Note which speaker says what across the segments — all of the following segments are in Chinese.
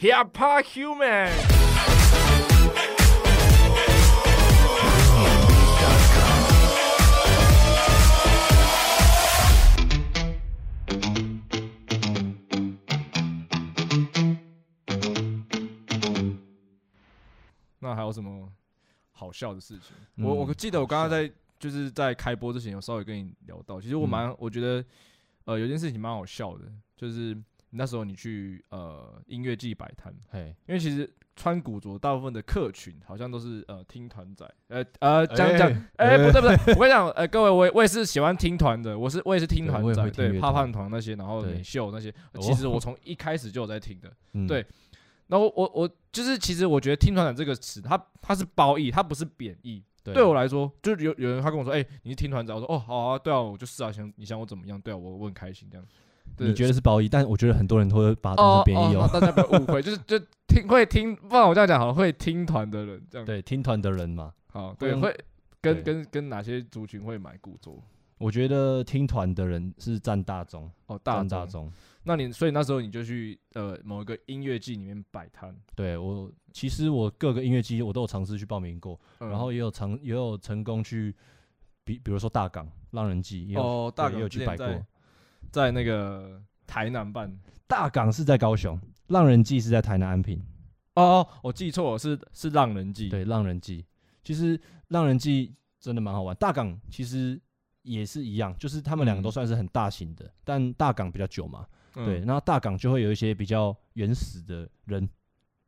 Speaker 1: h i p a Human。那还有什么好笑的事情？
Speaker 2: 嗯
Speaker 1: 我我记得我刚刚
Speaker 2: 好
Speaker 1: 在就是在开播之前有稍微跟你聊到，其实我
Speaker 2: 嗯
Speaker 1: 蛮、我觉得呃有件事情蛮好笑的，就是那时候你去呃音乐季摆摊，
Speaker 2: 嘿，
Speaker 1: 因为其实穿古着大部分的客群好像都是呃听团仔，呃呃讲讲， 哎、
Speaker 2: 哎
Speaker 1: 不对不对，我跟你讲，呃各位我也我也是喜欢听团的，我是我也是听
Speaker 2: 对
Speaker 1: 团
Speaker 2: 我也
Speaker 1: 仔，
Speaker 2: 会听
Speaker 1: 对
Speaker 2: 乐
Speaker 1: 怕
Speaker 2: 团
Speaker 1: 胖团那些，然后
Speaker 2: 对
Speaker 1: 美秀那些，呃
Speaker 2: 哦
Speaker 1: 其实我从一开始就有在听的。
Speaker 2: 嗯
Speaker 1: 对然后我我就是其实我觉得听团仔这个词，它它是褒义，它不是贬义。
Speaker 2: 对
Speaker 1: 对我来说，就有有人他跟我说，哎、你是听团仔，我说哦好啊，对啊，我就是啊，想你想我怎么样，对啊，我我很开心这样。对
Speaker 2: 你觉得是褒义，但我觉得很多人都会把它当
Speaker 1: 哦
Speaker 2: 成贬义
Speaker 1: 哦，大家不要误会，就是就听会听，不然我这样讲好像会听团的人这样。
Speaker 2: 对，听团的人嘛，
Speaker 1: 好，对，
Speaker 2: 用
Speaker 1: 会跟
Speaker 2: 对
Speaker 1: 跟跟哪些族群会买古着？
Speaker 2: 我觉得听团的人是占大众，
Speaker 1: 哦，大
Speaker 2: 占大
Speaker 1: 众。
Speaker 2: 众。
Speaker 1: 那你所以那时候你就去呃某一个音乐季里面摆摊，
Speaker 2: 对我，其实我各个音乐季我都有尝试去报名过，
Speaker 1: 嗯
Speaker 2: 然后也有成也有成功去，比比如说大港浪人季，也有、
Speaker 1: 哦，大
Speaker 2: 对
Speaker 1: 港
Speaker 2: 也有
Speaker 1: 之
Speaker 2: 去
Speaker 1: 前
Speaker 2: 摆过。
Speaker 1: 在在那个台南办。
Speaker 2: 大港是在高雄，浪人季是在台南安平。
Speaker 1: 哦，我记错了，是是浪人季。，
Speaker 2: 对，浪人季其实浪人季真的蛮好玩，大港其实也是一样，就是他们两
Speaker 1: 嗯
Speaker 2: 个都算是很大型的，但大港比较久嘛，对，，那大港就会有一些比较原始的人，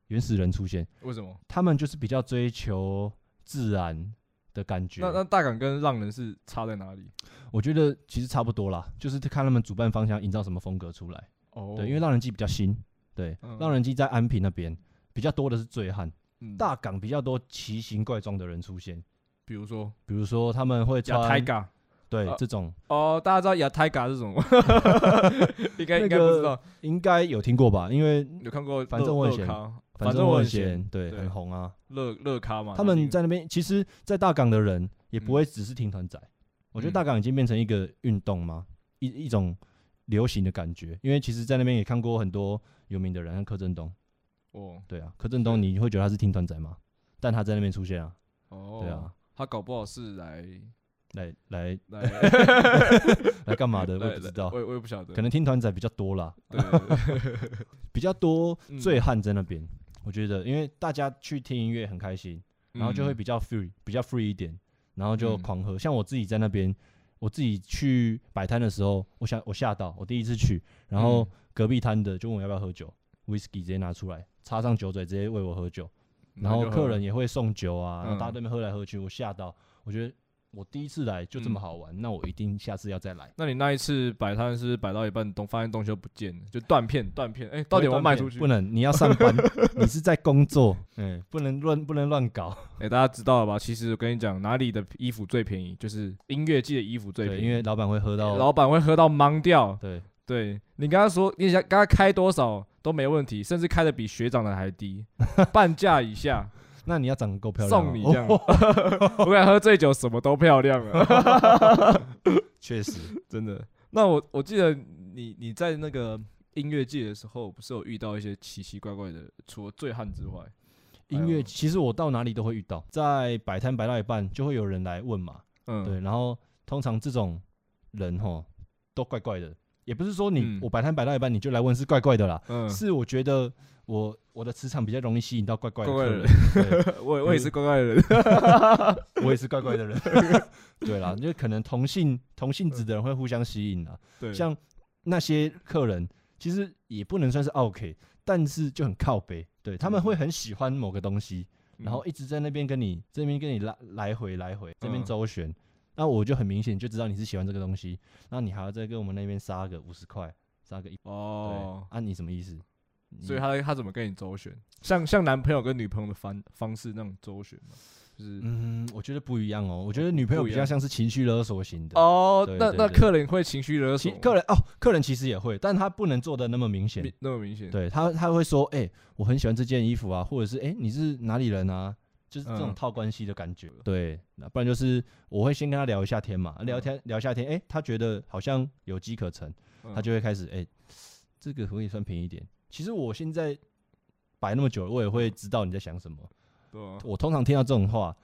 Speaker 2: 原始人出现，
Speaker 1: 为什么？
Speaker 2: 他们就是比较追求自然的感觉。
Speaker 1: 那那大港跟浪人是差在哪里？
Speaker 2: 我觉得其实差不多啦，就是看他们主办方想营造什么风格出来。
Speaker 1: 哦
Speaker 2: 对，因为浪人季比较新，对，
Speaker 1: 嗯
Speaker 2: 浪人季在安平那边比较多的是醉汉，
Speaker 1: 嗯
Speaker 2: 大港比较多奇形怪状的人出现，
Speaker 1: 比如说
Speaker 2: 比如说他们会
Speaker 1: 亚泰
Speaker 2: 穿
Speaker 1: 嘎。
Speaker 2: 对
Speaker 1: 啊
Speaker 2: 这种
Speaker 1: 哦，大家知道亚泰嘎是什么吗？ 应该应该
Speaker 2: 那个
Speaker 1: 不知道，
Speaker 2: 应该有听过吧？因为
Speaker 1: 有看过乐？
Speaker 2: 反正我很
Speaker 1: 乐
Speaker 2: 闲
Speaker 1: 咖，
Speaker 2: 反
Speaker 1: 正
Speaker 2: 正
Speaker 1: 我
Speaker 2: 我
Speaker 1: 很
Speaker 2: 很
Speaker 1: 闲
Speaker 2: 闲，对，
Speaker 1: 对
Speaker 2: 很红啊。
Speaker 1: 乐乐咖嘛。
Speaker 2: 他
Speaker 1: 那你
Speaker 2: 们在那边，其实，在大港的人也
Speaker 1: 嗯
Speaker 2: 不会只是听团仔。我觉得
Speaker 1: 嗯
Speaker 2: 大港已经变成一个运动嘛，一一种流行的感觉。因为其实，在那边也看过很多有名的人，像柯震东，
Speaker 1: 哦
Speaker 2: 对啊，柯震东，你会觉得他是听团仔吗？但他在那边出现啊，
Speaker 1: 哦，
Speaker 2: 对啊，，
Speaker 1: 他搞不好是来
Speaker 2: 来来
Speaker 1: 来
Speaker 2: 来 干 嘛的？我
Speaker 1: 来
Speaker 2: 也不知
Speaker 1: 来
Speaker 2: 道
Speaker 1: 我，也我也不晓得，
Speaker 2: 可能听团仔比较多啦，
Speaker 1: 对对对
Speaker 2: 比较多
Speaker 1: 嗯
Speaker 2: 醉汉在那边。我觉得，因为大家去听音乐很开心， 然后就会
Speaker 1: 嗯
Speaker 2: 比较 free，比较 free 一点，然后就
Speaker 1: 嗯
Speaker 2: 狂喝。像我自己在那边，我自己去摆摊的时候，我吓我吓到，我第一次去，然后
Speaker 1: 嗯
Speaker 2: 隔壁摊的就问我要不要喝酒，whisky 直接拿出来，插上酒嘴，直接喂我喝酒，然
Speaker 1: 那
Speaker 2: 后
Speaker 1: 嗯就
Speaker 2: 客
Speaker 1: 喝
Speaker 2: 人也会送酒啊，然后
Speaker 1: 嗯
Speaker 2: 大家对面喝来喝去，我吓到，我觉得我第一次来就
Speaker 1: 嗯
Speaker 2: 这么好玩，那我一定下次要再来。
Speaker 1: 那你那一次摆摊是不是摆到一半东发现东西都不见了，就断片断片，哎、到底有没有
Speaker 2: 不会断
Speaker 1: 卖
Speaker 2: 片
Speaker 1: 出去？
Speaker 2: 不能，你要上班， 你是在工作，嗯，不能乱不能乱搞。
Speaker 1: 哎、大家知道了吧？其实我跟你讲，哪里的衣服最便宜，就是音乐季的衣服最
Speaker 2: 对，
Speaker 1: 便宜，
Speaker 2: 因为老板会喝到，
Speaker 1: 老板会喝到懵掉。
Speaker 2: 对，
Speaker 1: 对你刚刚说，你想刚刚开多少都没问题，甚至开的比学长的还低， 半价以下
Speaker 2: 那你要长得够 漂亮哦，
Speaker 1: 送你这 样。 我敢喝醉酒什么都漂亮了。
Speaker 2: 确实，
Speaker 1: 真的。那我我记得你你在那个音乐季的时候，不是有遇到一些奇奇怪怪的，除了醉汉之外，
Speaker 2: 音
Speaker 1: 还有
Speaker 2: 乐其实我到哪里都会遇到，在摆摊摆到一半就会有人来问嘛，
Speaker 1: 嗯，
Speaker 2: 对，然后通常这种人吼都怪怪的，也不是说你、
Speaker 1: 嗯
Speaker 2: 我摆摊摆到一半你就来问是怪怪的啦，
Speaker 1: 嗯，
Speaker 2: 是我觉得我我的磁场比较容易吸引到怪怪的
Speaker 1: 怪怪
Speaker 2: 客
Speaker 1: 的
Speaker 2: 人，对
Speaker 1: 我我也
Speaker 2: 比如
Speaker 1: 是怪怪的 人，
Speaker 2: 我也是怪怪的 人，对啦，就可能同性同性质的人会互相吸引啊，
Speaker 1: 对，
Speaker 2: 像那些客人其实也不能算是 OK，但是就很靠北，对他们会很喜欢某个东西。然后
Speaker 1: 嗯
Speaker 2: 一直在那边跟你这边跟你来来回来回这边
Speaker 1: 嗯
Speaker 2: 周旋，那我就很明显就知道你是喜欢这个东西，那你还要再跟我们那边杀个五十块，杀个一，对
Speaker 1: 哦，
Speaker 2: 啊你什么意思？
Speaker 1: 所以
Speaker 2: 你
Speaker 1: 他他怎么跟你周旋？嗯像像男朋友跟女朋友的方方式那种周旋嘛，就是、
Speaker 2: 嗯，我觉得不一样哦，我觉得女朋友
Speaker 1: 不一
Speaker 2: 比较
Speaker 1: 样
Speaker 2: 像是情绪勒索型的，
Speaker 1: 哦，
Speaker 2: 对
Speaker 1: 那
Speaker 2: 对
Speaker 1: 那
Speaker 2: 对
Speaker 1: 客人会情绪勒索
Speaker 2: 其
Speaker 1: 吗，
Speaker 2: 客人哦，客人其实也会，但他不能做的那么明显
Speaker 1: 明，那么明显，
Speaker 2: 对他他会说，哎、我很喜欢这件衣服啊，或者是哎、你是哪里人啊？就是这
Speaker 1: 嗯
Speaker 2: 种套关系的感觉。对，那不然就是我会先跟他聊一下天嘛，聊天聊一下天，哎、他觉得好像有机可乘，
Speaker 1: 嗯，
Speaker 2: 他就会开始哎、这个可不可以算便宜一点？其实我现在摆那么久了，我也会知道你在想什么。
Speaker 1: 对啊，
Speaker 2: 我通常听到这种话，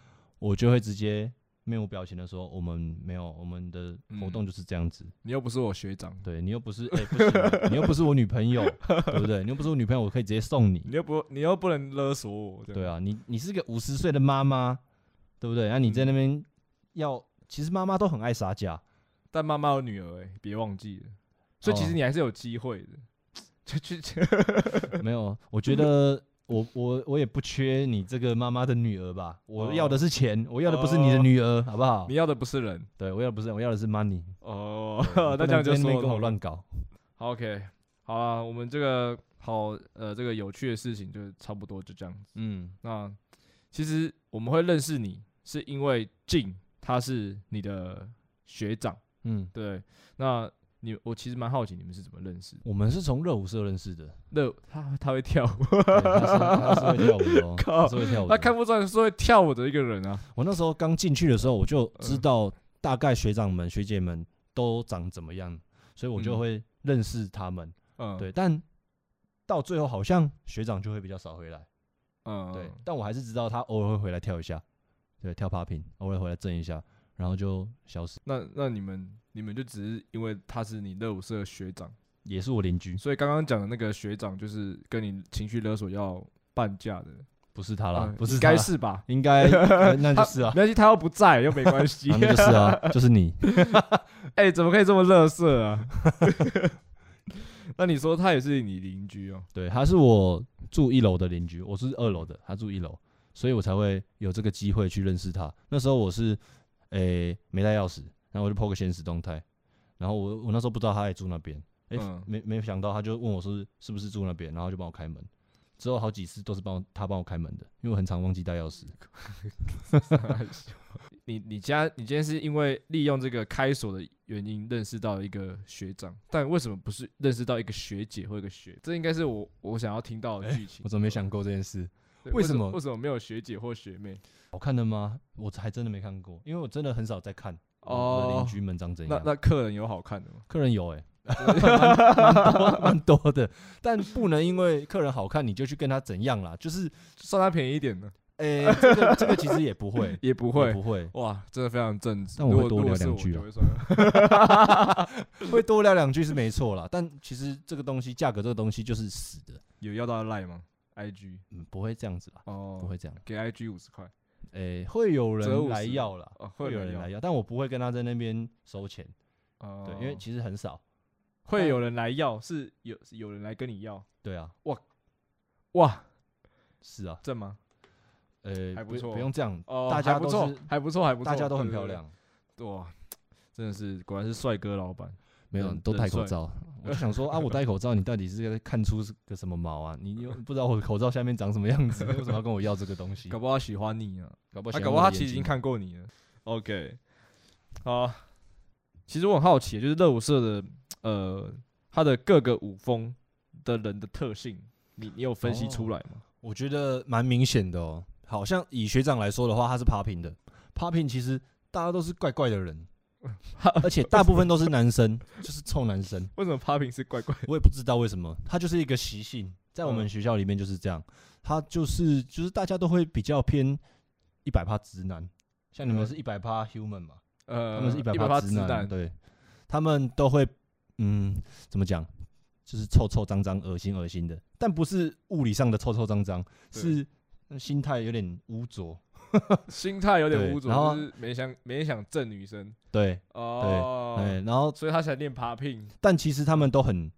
Speaker 2: 我就会直接面无表情的说：“我们没有，我们的活动就是这样子。
Speaker 1: 你又不是我学长，
Speaker 2: 对你又不是，哎、不行，你又不是我女朋 友，对不对？你又不是我女朋友，我可以直接送你。
Speaker 1: 你又不你又不能勒索我，这样
Speaker 2: 对啊，你你是个五十岁的妈妈，对不对？那、你在
Speaker 1: 嗯
Speaker 2: 那边要，其实妈妈都很爱杀价，
Speaker 1: 但妈妈有女儿哎、别忘记了。所以其
Speaker 2: 哦
Speaker 1: 实你还是有机会的， 就去
Speaker 2: 没有，我觉得我我我也不缺你这个妈妈的女儿吧，我
Speaker 1: 哦
Speaker 2: 要的是钱，我要的不是你的女儿，好不好
Speaker 1: 你？要的不是人
Speaker 2: 对，我要的不是，我要的是 money。
Speaker 1: 哦
Speaker 2: 对你
Speaker 1: 那
Speaker 2: 不
Speaker 1: 这样
Speaker 2: 能
Speaker 1: 就
Speaker 2: 在那边
Speaker 1: 说
Speaker 2: 跟我乱搞。
Speaker 1: 好 OK，好啦，我们这个好呃这个有趣的事情就差不多就这样子。
Speaker 2: 嗯，
Speaker 1: 那其实我们会认识你，是因为静她是你的学长，
Speaker 2: 嗯，
Speaker 1: 对。那你我其实蛮好奇你们是怎么认识的？
Speaker 2: 我们是从热舞社认识的，
Speaker 1: 那他他会跳舞，
Speaker 2: 对他是他是会跳舞的 哦，
Speaker 1: 靠
Speaker 2: 他是会跳舞
Speaker 1: 他
Speaker 2: 的。
Speaker 1: 看不出来是会跳舞的一个人啊。
Speaker 2: 我那时候刚进去的时候，我就
Speaker 1: 嗯
Speaker 2: 知道大概学长们、学姐们都长怎么样，所以我就
Speaker 1: 嗯
Speaker 2: 会认识他们。
Speaker 1: 嗯，
Speaker 2: 对，，但到最后好像学长就会比较少回来。
Speaker 1: 嗯，
Speaker 2: 对，但我还是知道他偶尔会回来跳一下，对，跳 popping，偶尔回来震一下，然后就消失。
Speaker 1: 那那你们你们就只是因为他是你热舞社的学长，
Speaker 2: 也是我邻居，
Speaker 1: 所以刚刚讲的那个学长就是跟你情绪勒索要半价的，
Speaker 2: 不是他
Speaker 1: 好
Speaker 2: 啦，不
Speaker 1: 嗯
Speaker 2: 是
Speaker 1: 应
Speaker 2: 他
Speaker 1: 该
Speaker 2: 啦，
Speaker 1: 是 吧？
Speaker 2: 应该呃那就是啊
Speaker 1: 没，关系，他又不在又没关系
Speaker 2: 啊。那就是啊，就是你。
Speaker 1: 哎、怎么可以这么乐色 啊？那你说他也是你邻居哦？
Speaker 2: 对，他是我住一楼的邻居，我是二楼的，他住一楼，所以我才会有这个机会去认识他。那时候我是诶、没带钥匙，然后我就 po 个现实动态，然后我我那时候不知道他也住那边，诶、
Speaker 1: 嗯
Speaker 2: 没没想到他就问我是是不是住那边，然后就帮我开门。之后好几次都是帮我他帮我开门的，因为我很常忘记带钥匙。
Speaker 1: 你你家你今天是因为利用这个开锁的原因认识到一个学长，但为什么不是认识到一个学姐或一个学？这应该是我我想要听到的剧情。
Speaker 2: 哎我怎么没想过这件事？
Speaker 1: 对
Speaker 2: 为
Speaker 1: 为
Speaker 2: 什么
Speaker 1: 为什么没有学姐或学妹？
Speaker 2: 好看的吗？我还真的没看过，因为我真的很少在看我我的
Speaker 1: 哦
Speaker 2: 邻居们长怎
Speaker 1: 那
Speaker 2: 样。
Speaker 1: 那客人有好看的吗？
Speaker 2: 客人有哎、 蛮蛮多蛮多的，但不能因为客人好看你就去跟他怎样啦。就是，
Speaker 1: 算他便宜一点呢？，
Speaker 2: 诶、这个这个其实也不会
Speaker 1: 也不
Speaker 2: 不
Speaker 1: 会。
Speaker 2: 不会，
Speaker 1: 哇，真的非常正直。
Speaker 2: 但我会
Speaker 1: 如果
Speaker 2: 多
Speaker 1: 如果
Speaker 2: 聊
Speaker 1: 是
Speaker 2: 两
Speaker 1: 我
Speaker 2: 句
Speaker 1: 就
Speaker 2: 啊
Speaker 1: 会算了
Speaker 2: 会多聊两句是没错啦。但其实这个东西，价格这个东西就是死的，
Speaker 1: 有要到赖吗？IG
Speaker 2: 嗯，不会这样子啦，
Speaker 1: 哦，
Speaker 2: 不会这样。
Speaker 1: 给 IG 五十块
Speaker 2: 诶、会有
Speaker 1: 折
Speaker 2: 人
Speaker 1: 50
Speaker 2: 来要啦，
Speaker 1: 哦，会
Speaker 2: 会有
Speaker 1: 人
Speaker 2: 人
Speaker 1: 要
Speaker 2: 来要，但我不会跟他在那边收钱，
Speaker 1: 哦
Speaker 2: 对，因为其实很少。
Speaker 1: 会有人来要，是有是有人来跟你要。
Speaker 2: 对啊，
Speaker 1: 哇，
Speaker 2: 是啊，
Speaker 1: 正吗？
Speaker 2: 呃，
Speaker 1: 还不错
Speaker 2: 不用这样，
Speaker 1: 哦，
Speaker 2: 大
Speaker 1: 还
Speaker 2: 家
Speaker 1: 不
Speaker 2: 都
Speaker 1: 错
Speaker 2: 是，
Speaker 1: 还不错，还不错，
Speaker 2: 大家都很
Speaker 1: 对
Speaker 2: 漂。亮。
Speaker 1: 对对对哇，真的是果然是帅哥老板。
Speaker 2: 没有，
Speaker 1: 人
Speaker 2: 都
Speaker 1: 人
Speaker 2: 戴口
Speaker 1: 嗯帅
Speaker 2: 罩。我就想说啊，我戴口罩，你到底是在看出是个什么毛啊？你又不知道我口罩下面长什么样子，为什么要跟我要这个东西？
Speaker 1: 搞不好他喜欢你啊，
Speaker 2: 搞不好
Speaker 1: 他
Speaker 2: 喜欢
Speaker 1: 搞不
Speaker 2: 我
Speaker 1: 好他
Speaker 2: 的
Speaker 1: 其
Speaker 2: 眼
Speaker 1: 实已经
Speaker 2: 睛
Speaker 1: 看过你了。OK，好啊、其实我很好奇，就是热舞社的呃，它的各个舞风的人的特性，你你有分
Speaker 2: 哦
Speaker 1: 析出来吗？
Speaker 2: 我觉得蛮明显的哦。好像以学长来说的话，他是 popping 的，popping 其实大家都是怪怪的人， 而且大部分都是男生，就是臭男生。
Speaker 1: 为什么 popping 是怪怪的？
Speaker 2: 我也不知道为什么，他就是一个习性，在我们
Speaker 1: 嗯
Speaker 2: 学校里面就是这样，他就是就是大家都会比较偏一百趴直男，像你们
Speaker 1: 嗯
Speaker 2: 是一百趴 human 嘛。
Speaker 1: 呃，
Speaker 2: 他们是一百
Speaker 1: 八
Speaker 2: 八
Speaker 1: 子
Speaker 2: 直男，对，他们都会，嗯，怎么讲，就是臭臭脏脏、恶心恶心的，但不是物理上的臭臭脏脏，
Speaker 1: 对
Speaker 2: 是呃心态有点污浊，
Speaker 1: 心态有点
Speaker 2: 对
Speaker 1: 污浊，
Speaker 2: 然后
Speaker 1: 就是没想没想正女生
Speaker 2: 对，
Speaker 1: 哦，
Speaker 2: 哎，然后
Speaker 1: 所以他才练 popping
Speaker 2: 但其实他们都很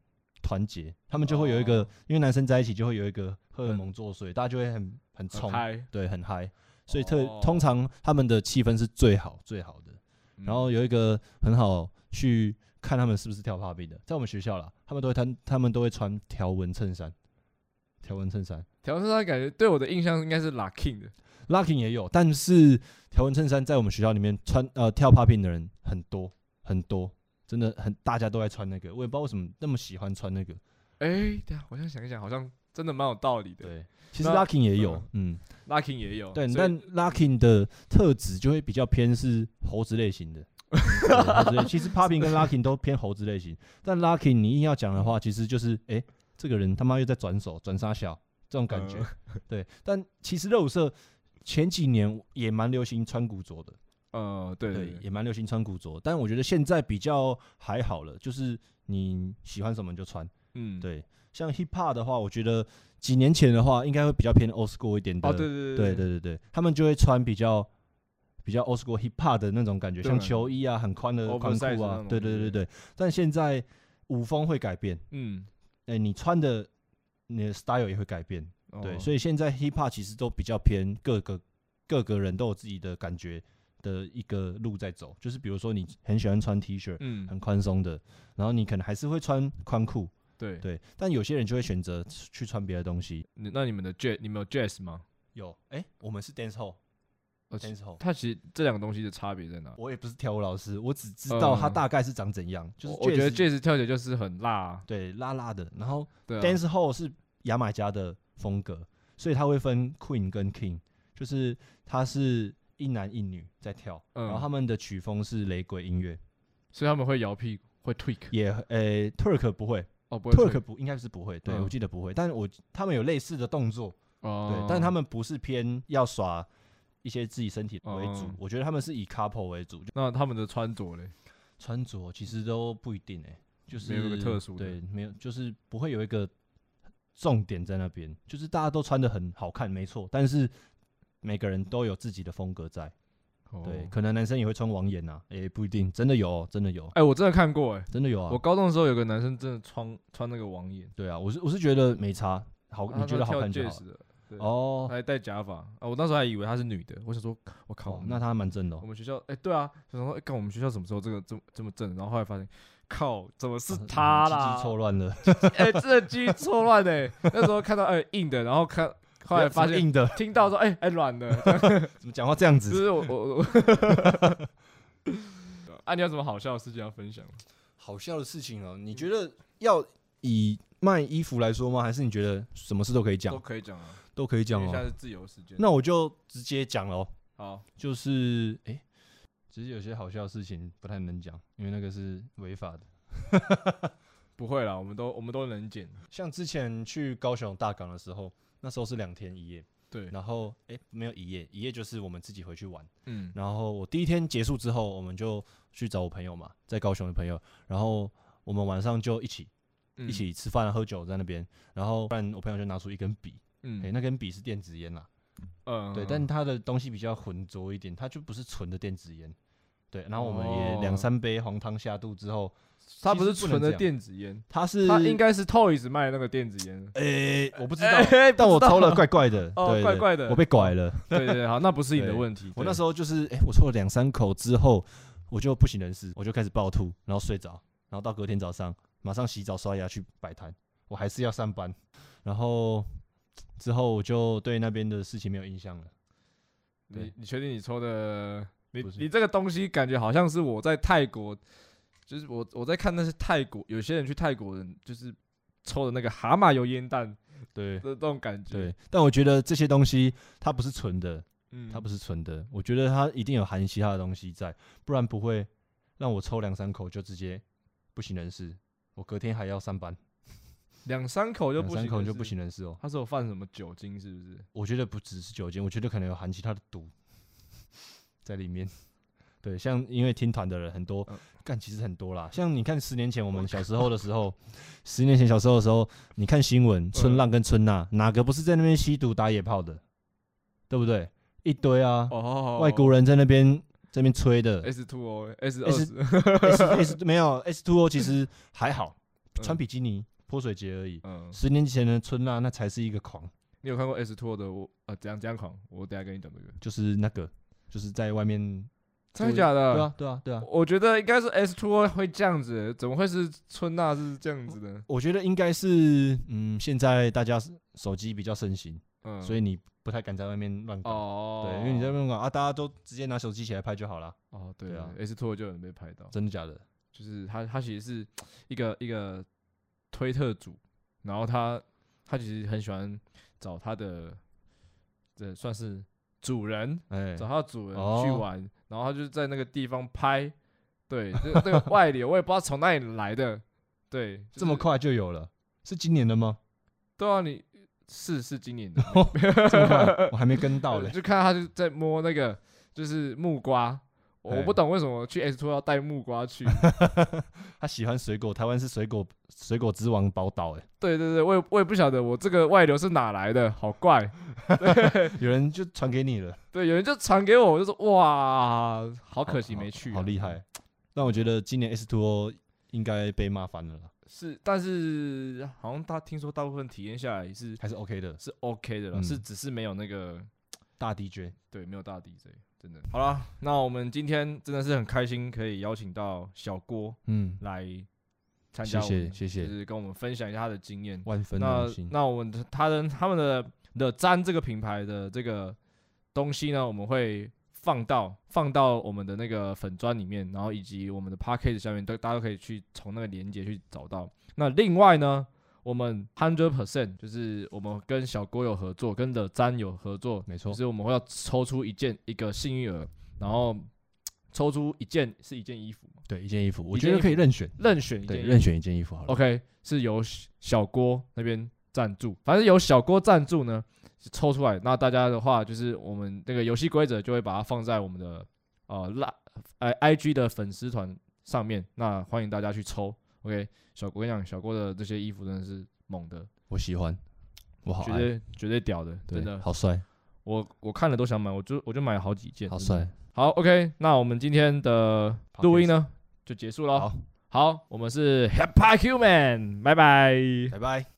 Speaker 2: 团结，他们就会有一个，
Speaker 1: 哦
Speaker 2: 因为男生在一起就会有一个荷尔
Speaker 1: 很
Speaker 2: 蒙作祟，大家就会很很
Speaker 1: 很
Speaker 2: 冲，
Speaker 1: 嗨，
Speaker 2: 对，很嗨，所以特、通
Speaker 1: 哦
Speaker 2: 常他们的气氛是最好最好的。
Speaker 1: 嗯
Speaker 2: 然后有一个很好去看他们是不是跳 popping 的，在我们学校啦，他们都会穿，他们都会穿条纹衬衫，条纹衬衫
Speaker 1: 调色他感觉对我的印象应该是 La King 的，
Speaker 2: ，locking 也有，但是条纹衬衫在我们学校里面穿呃跳 popping 的人很多很多，真的很大家都在穿那个，我也不知道为什么那么喜欢穿那个。
Speaker 1: 哎，等一下我现在想一想，好像真的蛮有道理的。
Speaker 2: 对，其实
Speaker 1: 那
Speaker 2: locking 也有
Speaker 1: 嗯，
Speaker 2: 嗯，
Speaker 1: La King 也有，
Speaker 2: 对，
Speaker 1: 哦所以
Speaker 2: 但 locking 的特质就会比较偏是猴子类 型的。对猴子类其实 popping 跟 locking 都偏猴子类型，但 locking 你硬要讲的话，其实就是哎、诶这个人他妈又在转手转杀小，这种感觉。
Speaker 1: 嗯
Speaker 2: 对，但其实热舞社前几年也蛮流行穿古着的，
Speaker 1: 呃，对
Speaker 2: 对
Speaker 1: 对，对
Speaker 2: 也蛮流行穿古着，但我觉得现在比较还好了，就是你喜欢什么你就穿。
Speaker 1: 嗯，
Speaker 2: 对，像 hip hop 的话，我觉得几年前的话，应该会比较偏 old school 一点的。
Speaker 1: 哦，对对
Speaker 2: 对对对对他们就会穿比较比较 old school hip hop 的那种感觉，
Speaker 1: 对
Speaker 2: 像球衣啊，很宽的宽
Speaker 1: Oversize
Speaker 2: 裤
Speaker 1: 的那
Speaker 2: 啊
Speaker 1: 种。
Speaker 2: 对对对对，但现在舞风会改变，
Speaker 1: 嗯，
Speaker 2: 哎、你穿的你的 style 也会改变。对，所
Speaker 1: 以
Speaker 2: 以现在 hip hop 其实都比较偏各个各个人都有自己的感觉的一个路在走，就是比如说你很喜欢穿 T 恤，
Speaker 1: 嗯，
Speaker 2: 很宽松的，然后你可能还是会穿宽裤，
Speaker 1: 对，
Speaker 2: 对，但有些人就会选择去穿别的东西。
Speaker 1: 你那你们的 jazz，你们有 jazz 吗？
Speaker 2: 有，哎、我们是 dance hall，dance
Speaker 1: 哦其
Speaker 2: hall。
Speaker 1: 它其实这两个东西的差别在哪？
Speaker 2: 我也不是跳舞老师，我只知道它
Speaker 1: 嗯
Speaker 2: 大概是长怎样，就是
Speaker 1: 我我觉得
Speaker 2: jazz-
Speaker 1: jazz 跳起来就是很辣啊，
Speaker 2: 对辣辣的，然后
Speaker 1: 对啊
Speaker 2: dance hall 是牙买加的风格，所以它会分 queen 跟 king，就是它是一男一女在跳，
Speaker 1: 嗯
Speaker 2: 然后他们的曲风是雷鬼音乐，
Speaker 1: 所以他们会摇屁股，会 tweak，
Speaker 2: 也呃 Turk 不会
Speaker 1: 哦，不会
Speaker 2: ，Turk 不应该是不会，对、
Speaker 1: 嗯
Speaker 2: 我记得不会，但我他们有类似的动作，
Speaker 1: 哦
Speaker 2: 对，，但他们不是偏要耍一些自己身体为主，
Speaker 1: 哦
Speaker 2: 我觉得他们是以 couple 为主，就
Speaker 1: 那他们的穿着嘞，
Speaker 2: 穿着其实都不一定哎、就是
Speaker 1: 没有一个特殊的
Speaker 2: 对，没有，就是不会有一个重点在那边，就是大家都穿的很好看，没错，但是每个人都有自己的风格在，对，
Speaker 1: 哦，
Speaker 2: 可能男生也会穿网眼啊，也、不一定，真的有哦、真的有，
Speaker 1: 哎，我真的看过哎，
Speaker 2: 真的有啊
Speaker 1: 我，高中的时候有个男生真的穿穿那个网眼，
Speaker 2: 对啊，我是我是觉得没差，好，
Speaker 1: 啊
Speaker 2: 你
Speaker 1: 他
Speaker 2: 觉得好
Speaker 1: 跳
Speaker 2: 看就好
Speaker 1: jazz 的，对
Speaker 2: 哦，
Speaker 1: 还戴假发啊，我那时候还以为她是女的，我想说，我靠
Speaker 2: 哦，，那他还蛮正的、
Speaker 1: 我
Speaker 2: 哦，
Speaker 1: 们学校，哎、对啊，想说，哎、看我们学校什么时候这个这么这么正？然后后来发现，靠，怎么
Speaker 2: 哦
Speaker 1: 是他 啦
Speaker 2: 鸡鸡？错乱了，
Speaker 1: 哎、真的鸡鸡错乱的、那时候看到哎、硬的，然后看后来 发现
Speaker 2: 哦硬的，
Speaker 1: 听到说，哎、哎软的， 这样
Speaker 2: 怎么讲话这样
Speaker 1: 就
Speaker 2: 子？
Speaker 1: 是我我 我。啊，你有什么好笑的事情要分享吗？
Speaker 2: 好笑的事情哦，你觉得要以卖衣服来说吗？还是你觉得什么事都可以讲
Speaker 1: 都？可以讲啊，
Speaker 2: 都可以
Speaker 1: 因
Speaker 2: 讲
Speaker 1: 为现在
Speaker 2: 哦。
Speaker 1: 是自由时间。
Speaker 2: 那我就直接讲喽，
Speaker 1: 好，
Speaker 2: 就是诶，其实有些好笑的事情不太能讲，因为那个是违法的。
Speaker 1: 不会啦，我们都我们都能剪。
Speaker 2: 像之前去高雄大港的时候，那时候是两天一夜，
Speaker 1: 对，
Speaker 2: 然后诶，没有一夜，一夜就是我们自己回去玩。
Speaker 1: 嗯，
Speaker 2: 然后我第一天结束之后，我们就去找我朋友嘛，在高雄的朋友，然后我们晚上就一起
Speaker 1: 嗯
Speaker 2: 一，起吃饭、啊、喝酒在那边，然后不然我朋友就拿出一根笔，
Speaker 1: 嗯，
Speaker 2: 诶，那根笔是电子烟啦，
Speaker 1: 嗯
Speaker 2: 对，但它的东西比较浑浊一点，它就不是纯的电子烟。对，然后我们也两
Speaker 1: 哦
Speaker 2: 三杯黄汤下肚之后，
Speaker 1: 他
Speaker 2: 其
Speaker 1: 不
Speaker 2: 实
Speaker 1: 是
Speaker 2: 不能
Speaker 1: 纯的
Speaker 2: 这样
Speaker 1: 电子烟，
Speaker 2: 它是
Speaker 1: 他应该是 Toys 卖的那个电子烟。
Speaker 2: 诶、我不知道，
Speaker 1: 哎，嘿
Speaker 2: 但我抽，
Speaker 1: 不知
Speaker 2: 了
Speaker 1: 道
Speaker 2: 怪怪的，
Speaker 1: 哦
Speaker 2: 对
Speaker 1: 怪
Speaker 2: 对
Speaker 1: 怪的
Speaker 2: 我被拐了。
Speaker 1: 对对对，好，那不是你的
Speaker 2: 对
Speaker 1: 问题。
Speaker 2: 我那时
Speaker 1: 候
Speaker 2: 候就是，哎诶、我抽了两三口之后，我就不省人事，我就开始暴吐，然后睡着，然后到隔天早上马上洗澡刷牙去摆摊，我还是要上班，然后之后我就对那边的事情没有印象了。
Speaker 1: 你
Speaker 2: 对
Speaker 1: 你确定你抽的？你
Speaker 2: 不是
Speaker 1: 你这个东西感觉好像是我在泰国，就是我我在看那些泰国有些人去泰国人就是抽的那个蛤蟆油烟弹
Speaker 2: 对
Speaker 1: 的那种感觉。，
Speaker 2: 对，但我觉得这些东西它不是纯的，
Speaker 1: 嗯，
Speaker 2: 它不是纯的，我觉得它一定有含其他的东西在，不然不会让我抽两三口就直接不省人事。我隔天还要上班，
Speaker 1: 两三口就
Speaker 2: 两
Speaker 1: 不
Speaker 2: 三
Speaker 1: 行，
Speaker 2: 口就不。省人事哦。
Speaker 1: 他是有犯什么酒精是不是？
Speaker 2: 我觉得不只是酒精，我觉得可能有含其他的毒在里面。对，像因为听团的人很多
Speaker 1: 嗯，
Speaker 2: 干、其实很多啦。像你看十年前我们小时候的时候，十年前小时候的时候，你看新闻，春
Speaker 1: 嗯
Speaker 2: 浪跟春娜、哪个不是在那边吸毒打野炮的，对不对？一堆啊，
Speaker 1: 哦
Speaker 2: 外国人在那边这边吹的，
Speaker 1: S two O S 二
Speaker 2: S-
Speaker 1: 十
Speaker 2: S S 没有 S two O 其实还好，穿比基尼泼水节而已。
Speaker 1: 嗯，
Speaker 2: 十年前的春娜那才是一个狂，
Speaker 1: 你有看过 S two O 的我呃怎样怎样狂？我等一下跟你讲这个。
Speaker 2: 就是那个就是在外面，
Speaker 1: 真的假的？
Speaker 2: 对啊对啊对啊，
Speaker 1: 我觉得应该是 S two O 会这样子，欸怎么会是春娜是这样子的？
Speaker 2: 我觉得应该是嗯，现在大家手机比较盛行，
Speaker 1: 嗯，
Speaker 2: 所以你不太敢在外面乱搞，
Speaker 1: 哦，
Speaker 2: 对，因为你在外面搞啊，大家都直接拿手机起来拍就好了，
Speaker 1: 哦，对
Speaker 2: 对
Speaker 1: 啊
Speaker 2: 啊
Speaker 1: ，S two 就有人被拍到，
Speaker 2: 真的假的？
Speaker 1: 就是他他其实是一个一个推特主，然后他他其实很喜欢找他的这算是主人，
Speaker 2: 哎，
Speaker 1: 找他的主人
Speaker 2: 哦
Speaker 1: 去玩，然后他就在那个地方拍，对，这个这 个外流我也不知道从哪里来的，对，就是
Speaker 2: 这么快就有了，是今年的吗？
Speaker 1: 对啊，你是是今年的，
Speaker 2: 这么快我还没跟 到
Speaker 1: 呃
Speaker 2: 嘞。
Speaker 1: 就看到他就在摸那个就是木瓜，我
Speaker 2: 哎
Speaker 1: 不懂为什么去 S Two 要带木瓜去，
Speaker 2: 他喜欢水果，台湾是水果水果之王宝岛哎，
Speaker 1: 对对对，我也我也不晓得我这个外流是哪来的，好怪。
Speaker 2: 有人就传给你了，
Speaker 1: 对，有人就传给我，我就说哇， 好可惜没去啊、
Speaker 2: 好厉害。但我觉得今年 S Two O 应该被骂翻了啦，
Speaker 1: 是，但是好像大听说大部分体验下来是
Speaker 2: 还是 OK 的。
Speaker 1: 是 OK 的了，
Speaker 2: 嗯
Speaker 1: 是只是没有那个
Speaker 2: 大 DJ
Speaker 1: 对，没有大 DJ，真的。好了，那我们今天真的是很开心，可以邀请到小郭
Speaker 2: 嗯，
Speaker 1: 来参
Speaker 2: 谢
Speaker 1: 加我
Speaker 2: 谢
Speaker 1: 们，就
Speaker 2: 谢谢，
Speaker 1: 是跟我们分享一下他的经验。
Speaker 2: 万分
Speaker 1: 那
Speaker 2: 荣幸。
Speaker 1: 那我们的他的他们的的粘这个品牌的这个东西呢，我们会放到放到我们的那个粉砖里面，然后以及我们的 p a c k a g e 下面都大家都可以去从那个链接去找到。那另外呢，我们 hundred percent 就是我们跟小郭有合作，跟的粘有合作，
Speaker 2: 没
Speaker 1: 就
Speaker 2: 错，
Speaker 1: 是我们会要抽出一件一个幸运儿，然后抽出一件是一件衣服嘛，
Speaker 2: 对一件衣服，我
Speaker 1: 一
Speaker 2: 觉
Speaker 1: 件
Speaker 2: 得
Speaker 1: 衣
Speaker 2: 可以
Speaker 1: 服
Speaker 2: 任选，
Speaker 1: 任选一件
Speaker 2: 对，
Speaker 1: 衣服哦
Speaker 2: 任选一件衣服好了。
Speaker 1: OK，是由小小郭那边赞助，反正由小郭赞助呢抽出来，那大家的话就是我们那个游戏规则就会把它放在我们的呃拉呃 IG 的粉丝团上面，那欢迎大家去抽。OK，小郭我跟你讲，小郭的这些衣服真的是猛的，
Speaker 2: 我喜欢，我好
Speaker 1: 绝
Speaker 2: 爱，
Speaker 1: 对绝对屌的，真
Speaker 2: 对，
Speaker 1: 的，
Speaker 2: 好帅，
Speaker 1: 我我看了都想买，我就我就买了好几件，
Speaker 2: 好
Speaker 1: 真的
Speaker 2: 帅。
Speaker 1: 好，OK，那我们今天的录音呢就结束了。
Speaker 2: 好，
Speaker 1: 好，我们是 Happy Human，拜拜。
Speaker 2: 拜拜。